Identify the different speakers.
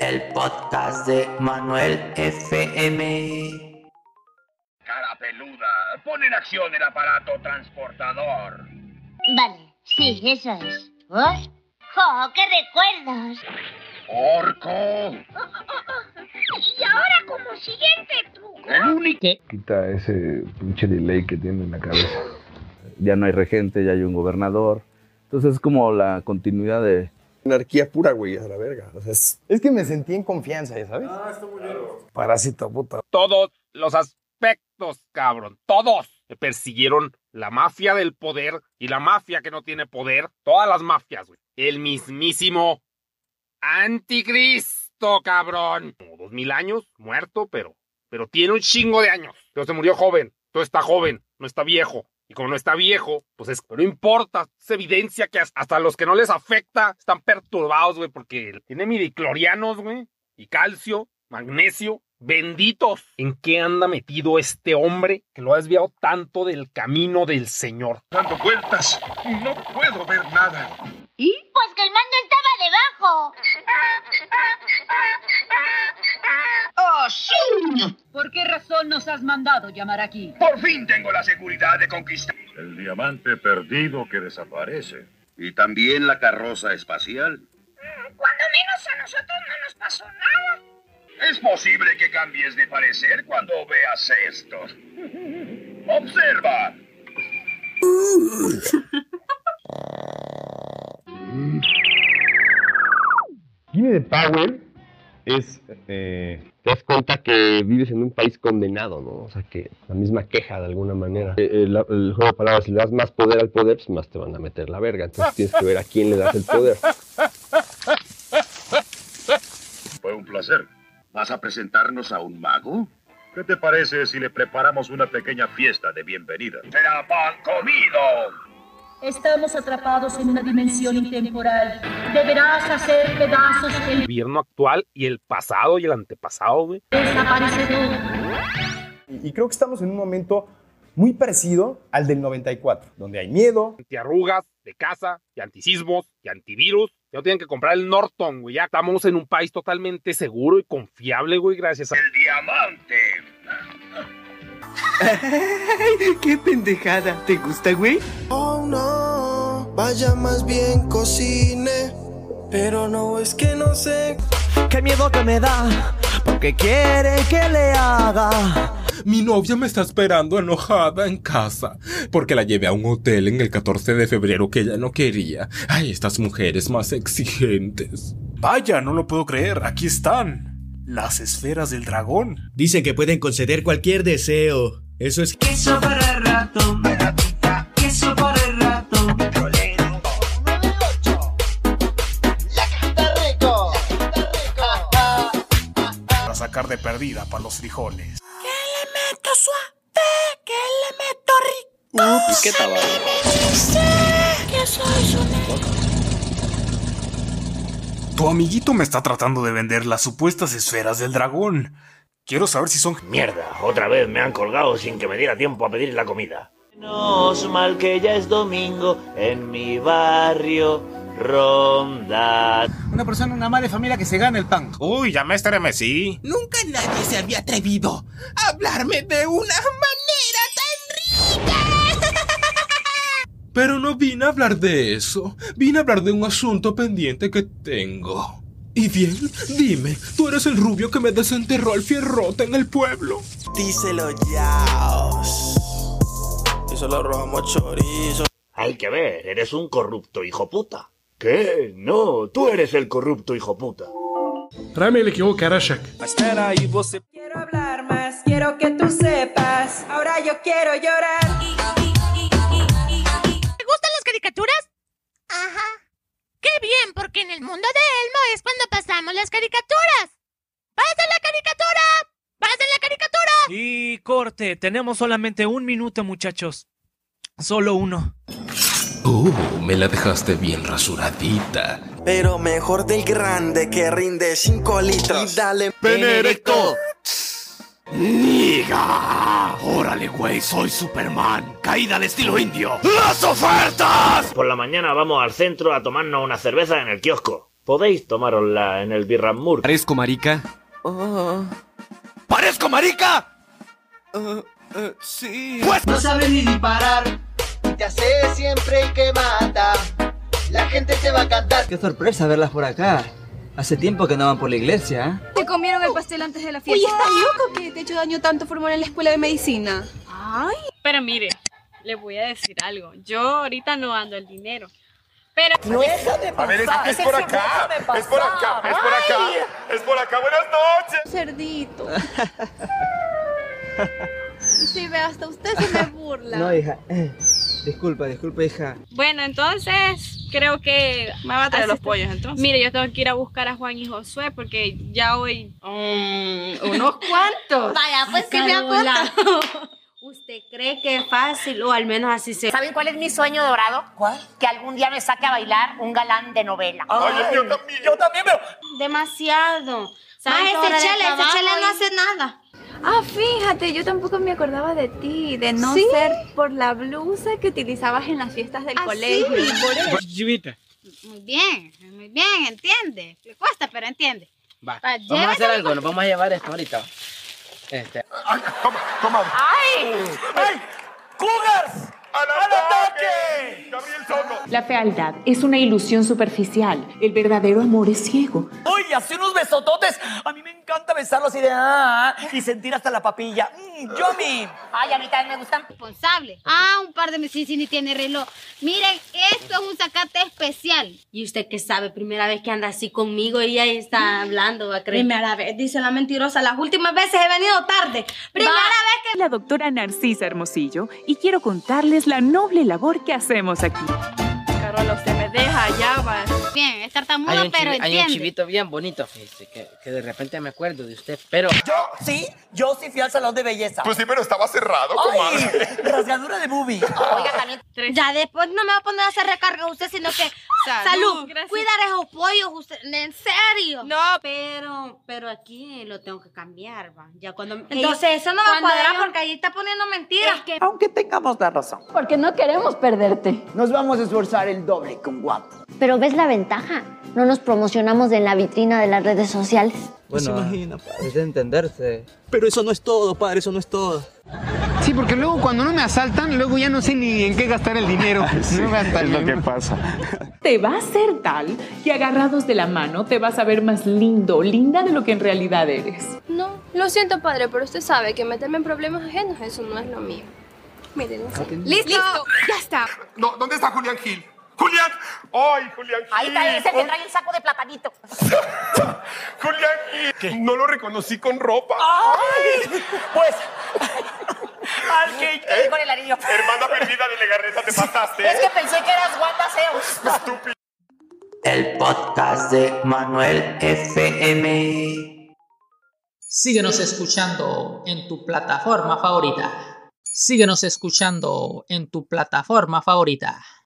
Speaker 1: el podcast de Manuel FM.
Speaker 2: Cara peluda, pon en acción el aparato transportador.
Speaker 3: Vale, sí, eso es. ¿Oh? ¡Jo, qué recuerdos!
Speaker 2: Orco,
Speaker 3: Y ahora como siguiente truco.
Speaker 2: el único
Speaker 4: quita ese pinche delay que tiene en la cabeza. Ya no hay regente, ya hay un gobernador. Entonces es como la continuidad de...
Speaker 5: Anarquía pura, güey, a la verga. O sea, es-
Speaker 6: Es que me sentí en confianza, ya sabes.
Speaker 5: parásito, puta.
Speaker 7: todos los aspectos, cabrón. Todos Me persiguieron la mafia del poder y la mafia que no tiene poder. Todas las mafias, güey. El mismísimo anticristo, cabrón. Como dos mil años, muerto, pero, pero tiene un chingo de años. Pero se murió joven. Todo está joven, no está viejo. Y como no está viejo, pues es, no importa, es evidencia que has- hasta los que no les afecta están perturbados, güey, porque tiene midiclorianos, güey y calcio, magnesio, benditos. ¿En qué anda metido este hombre que lo ha desviado tanto del camino del Señor?
Speaker 2: dando vueltas. No puedo ver nada.
Speaker 3: Pues que el mando estaba debajo.
Speaker 8: ¿Por qué razón nos has mandado llamar aquí?
Speaker 2: Por fin tengo la seguridad de conquistar. El diamante perdido que desaparece. Y también la carroza espacial.
Speaker 3: Mm, Cuando menos a nosotros no nos pasó nada.
Speaker 2: Es posible que cambies de parecer cuando veas esto. Observa.
Speaker 9: Jimmy de Powell es. eh, te das cuenta que vives en un país condenado, ¿no? O sea, que la misma queja de alguna manera. Eh, eh, la- el juego de palabras, si le das más poder al poder, pues más te van a meter la verga. Entonces tienes que ver a quién le das el poder.
Speaker 2: Fue un placer. ¿Vas a presentarnos a un mago? ¿Qué te parece si le preparamos una pequeña fiesta de bienvenida? ¡Será pan comido!
Speaker 8: Estamos atrapados en una dimensión intemporal. Deberás hacer pedazos
Speaker 7: El
Speaker 8: el
Speaker 7: gobierno actual y el pasado y el antepasado, güey.
Speaker 8: desaparecedor.
Speaker 6: Y, y creo que estamos en un momento muy parecido al del 94, donde hay miedo,
Speaker 7: Antiarrugas de casa y antisismos y antivirus. Ya no tienen que comprar el Norton, güey. Ya estamos en un país totalmente seguro y confiable, güey, gracias a...
Speaker 2: ¡El diamante!
Speaker 10: ¡Qué pendejada! ¿Te gusta, güey?
Speaker 1: Oh no, vaya más bien cocine, pero no es que no sé.
Speaker 10: ¡Qué miedo que me da! Porque quiere que le haga.
Speaker 9: Mi novia me está esperando enojada en casa porque la llevé a un hotel en el 14 de febrero que ella no quería. Ay, estas mujeres más exigentes.
Speaker 5: Vaya, no lo puedo creer. Aquí están las esferas del dragón.
Speaker 10: Dicen que pueden conceder cualquier deseo. Eso es. Queso para el rato. Queso para el rato.
Speaker 5: Para sacar de perdida para los frijoles. Tu amiguito me está tratando de vender las supuestas esferas del dragón. Quiero saber si son...
Speaker 2: Mierda, otra vez me han colgado sin que me diera tiempo a pedir la comida.
Speaker 10: Menos mal que ya es domingo en mi barrio. Ronda.
Speaker 6: Una persona, una madre familia que se gana el pan.
Speaker 7: Uy, ya me estremecí.
Speaker 10: Nunca nadie se había atrevido a hablarme de una manera tan rica.
Speaker 9: Pero no vine a hablar de eso. Vine a hablar de un asunto pendiente que tengo. Y bien, dime, tú eres el rubio que me desenterró el fierrote en el pueblo.
Speaker 10: Díselo ya. Eso lo robamos chorizo.
Speaker 2: Hay que ver, eres un corrupto hijo puta. ¿Qué? No, tú eres el corrupto hijo puta.
Speaker 5: Tráeme el equivoco, Karashak.
Speaker 10: Espera y vos
Speaker 8: Quiero hablar más, quiero que tú sepas. Ahora yo quiero llorar.
Speaker 3: ¿Te gustan las caricaturas? Ajá. Qué bien, porque en el mundo de Elmo es cuando pasamos las caricaturas. ¡Pasa la caricatura! ¡Pasa la caricatura!
Speaker 10: Y corte, tenemos solamente un minuto, muchachos. Solo uno.
Speaker 9: Uh, me la dejaste bien rasuradita.
Speaker 1: Pero mejor del grande que rinde 5 litros. Y dale, Benedicto.
Speaker 2: Por la mañana vamos al centro a tomarnos una cerveza en el kiosco.
Speaker 7: Podéis tomarosla en el Birramur.
Speaker 11: ¿Parezco marica?
Speaker 7: ¡Parezco marica!
Speaker 12: sí. no sabes ni disparar. Te hace siempre el que mata. La gente te va a cantar.
Speaker 13: Qué sorpresa verlas por acá. Hace tiempo que no van por la iglesia. ¿eh?
Speaker 14: Te comieron el pastel antes de la fiesta.
Speaker 15: Uy, ¿estás loco que te ha hecho daño tanto formar en la escuela de medicina?
Speaker 14: Ay.
Speaker 16: Pero mire, le voy a decir algo. Yo ahorita no ando el dinero. Pero.
Speaker 12: No, déjame
Speaker 2: A ver, es,
Speaker 12: pasar,
Speaker 2: es por
Speaker 12: ese
Speaker 2: acá.
Speaker 12: sí, déjame
Speaker 2: Es por acá. Es por acá. Es por acá. Buenas noches.
Speaker 15: Cerdito. Sí, ve, hasta usted se me burla.
Speaker 13: No, hija. Eh, Disculpa, disculpa, hija.
Speaker 16: Bueno, entonces creo que.
Speaker 14: Me va a traer
Speaker 16: Así
Speaker 14: los
Speaker 16: está.
Speaker 14: pollos, entonces.
Speaker 16: Mire, yo tengo que ir a buscar a Juan y Josué porque ya hoy. unos cuantos.
Speaker 17: Vaya, pues que me
Speaker 16: Calula.
Speaker 17: apunta. ¿Usted cree que es fácil o al menos así se... ¿Saben cuál es mi sueño dorado? ¿Cuál? Que algún día me saque a bailar un galán de novela.
Speaker 12: yo también, yo también, pero.
Speaker 17: Demasiado.
Speaker 15: Más
Speaker 17: ¿Saben
Speaker 15: ese
Speaker 17: qué hora de
Speaker 15: chele, ese
Speaker 17: trabajo
Speaker 15: chele no
Speaker 17: y-
Speaker 15: hace nada. Ah, fíjate, yo tampoco me acordaba de ti, de no
Speaker 17: ¿Sí?
Speaker 15: ser por la blusa que utilizabas en las fiestas del colegio.
Speaker 18: Chivita.
Speaker 19: Ah, Muy bien, muy bien, entiende. Le cuesta, pero entiende.
Speaker 18: Va.
Speaker 19: Va,
Speaker 18: Vamos a hacer
Speaker 19: llévatelo
Speaker 18: algo, nos vamos a llevar esto ahorita. Este.
Speaker 12: ¡Ay! ¡Ay! ¡Cougars! ¡Al ataque!
Speaker 2: ¡Gabriel Soto!
Speaker 4: La fealdad es una ilusión superficial. El verdadero amor es ciego.
Speaker 12: ¡Uy, hace unos besototes! A mí me encanta besarlo así de... ah, y sentir hasta la papilla. ¡Mmm, yummy!
Speaker 19: Ay, a mí también me gustan responsables. Ah, un par de meses ni tiene reloj. Miren, esto es un sacate especial.
Speaker 17: ¿Y usted qué sabe? Primera vez que anda así conmigo y ahí está hablando, va a creer.
Speaker 19: Primera
Speaker 17: vez, dice la mentirosa. Las últimas veces he venido tarde. Primera
Speaker 4: vez que... La doctora Narcisa Hermosillo y quiero contarles la noble labor que hacemos aquí.
Speaker 14: Carol, usted me deja, ya va.
Speaker 19: Bien, es
Speaker 4: Hay
Speaker 19: tartamudo,
Speaker 4: un
Speaker 19: pero
Speaker 4: chivi- hay un
Speaker 19: entiende.
Speaker 18: Chivito bien bonito, fíjese, que, que de repente me acuerdo de usted, pero.
Speaker 12: Yo sí, yo sí fui al salón de belleza.
Speaker 18: Pues sí, pero estaba cerrado, comadre.
Speaker 12: ¡Ay! Rasgadura de boobie.
Speaker 17: Oiga, Janel, ya después no me va a poner a hacer recarga usted, sino que
Speaker 14: Salud,
Speaker 17: salud,
Speaker 14: gracias.
Speaker 17: cuidar esos pollos, usted, en serio. No, pero, pero aquí lo tengo que cambiar, va. Ya cuando
Speaker 14: Entonces,
Speaker 17: eso no va a
Speaker 14: cuando
Speaker 17: cuadrar
Speaker 14: ellos-
Speaker 17: porque ahí está poniendo mentiras.
Speaker 20: Aunque tengamos la razón. Porque no queremos perderte. Nos vamos a esforzar el doble con guapo.
Speaker 21: Pero ves la ventaja. No nos promocionamos en la vitrina de las redes sociales.
Speaker 13: Bueno,
Speaker 20: Pues imagina,
Speaker 13: es de entenderse.
Speaker 20: Pero eso no es todo, padre, eso no es todo.
Speaker 22: Sí, porque luego cuando no me asaltan, luego ya no sé ni en qué gastar el dinero. no gastan
Speaker 20: es lo
Speaker 22: que pasa.
Speaker 4: Te va a ser tal que agarrados de la mano te vas a ver más lindo, linda de lo que en realidad eres.
Speaker 15: No, lo siento, padre, pero usted sabe que meterme en problemas ajenos, eso no es lo mío. Miren, no sé.
Speaker 4: ¿Listo?
Speaker 15: ya está.
Speaker 2: No, ¿dónde está Julián Gil? ¡Julián! ¡Ay, Julián Gil!
Speaker 17: Ahí está ese que
Speaker 2: Por-
Speaker 17: trae un saco de platanito.
Speaker 2: ¡Julián Gil! No lo reconocí con ropa.
Speaker 12: ¡Ay! Pues... Al que...
Speaker 17: Te digo en el anillo.
Speaker 2: Hermana perdida de Legarreta, te mataste.
Speaker 17: Es que pensé que eras Wanda Zeus.
Speaker 1: El podcast de Manuel FM.
Speaker 23: Síguenos escuchando en tu plataforma favorita. Síguenos escuchando en tu plataforma favorita.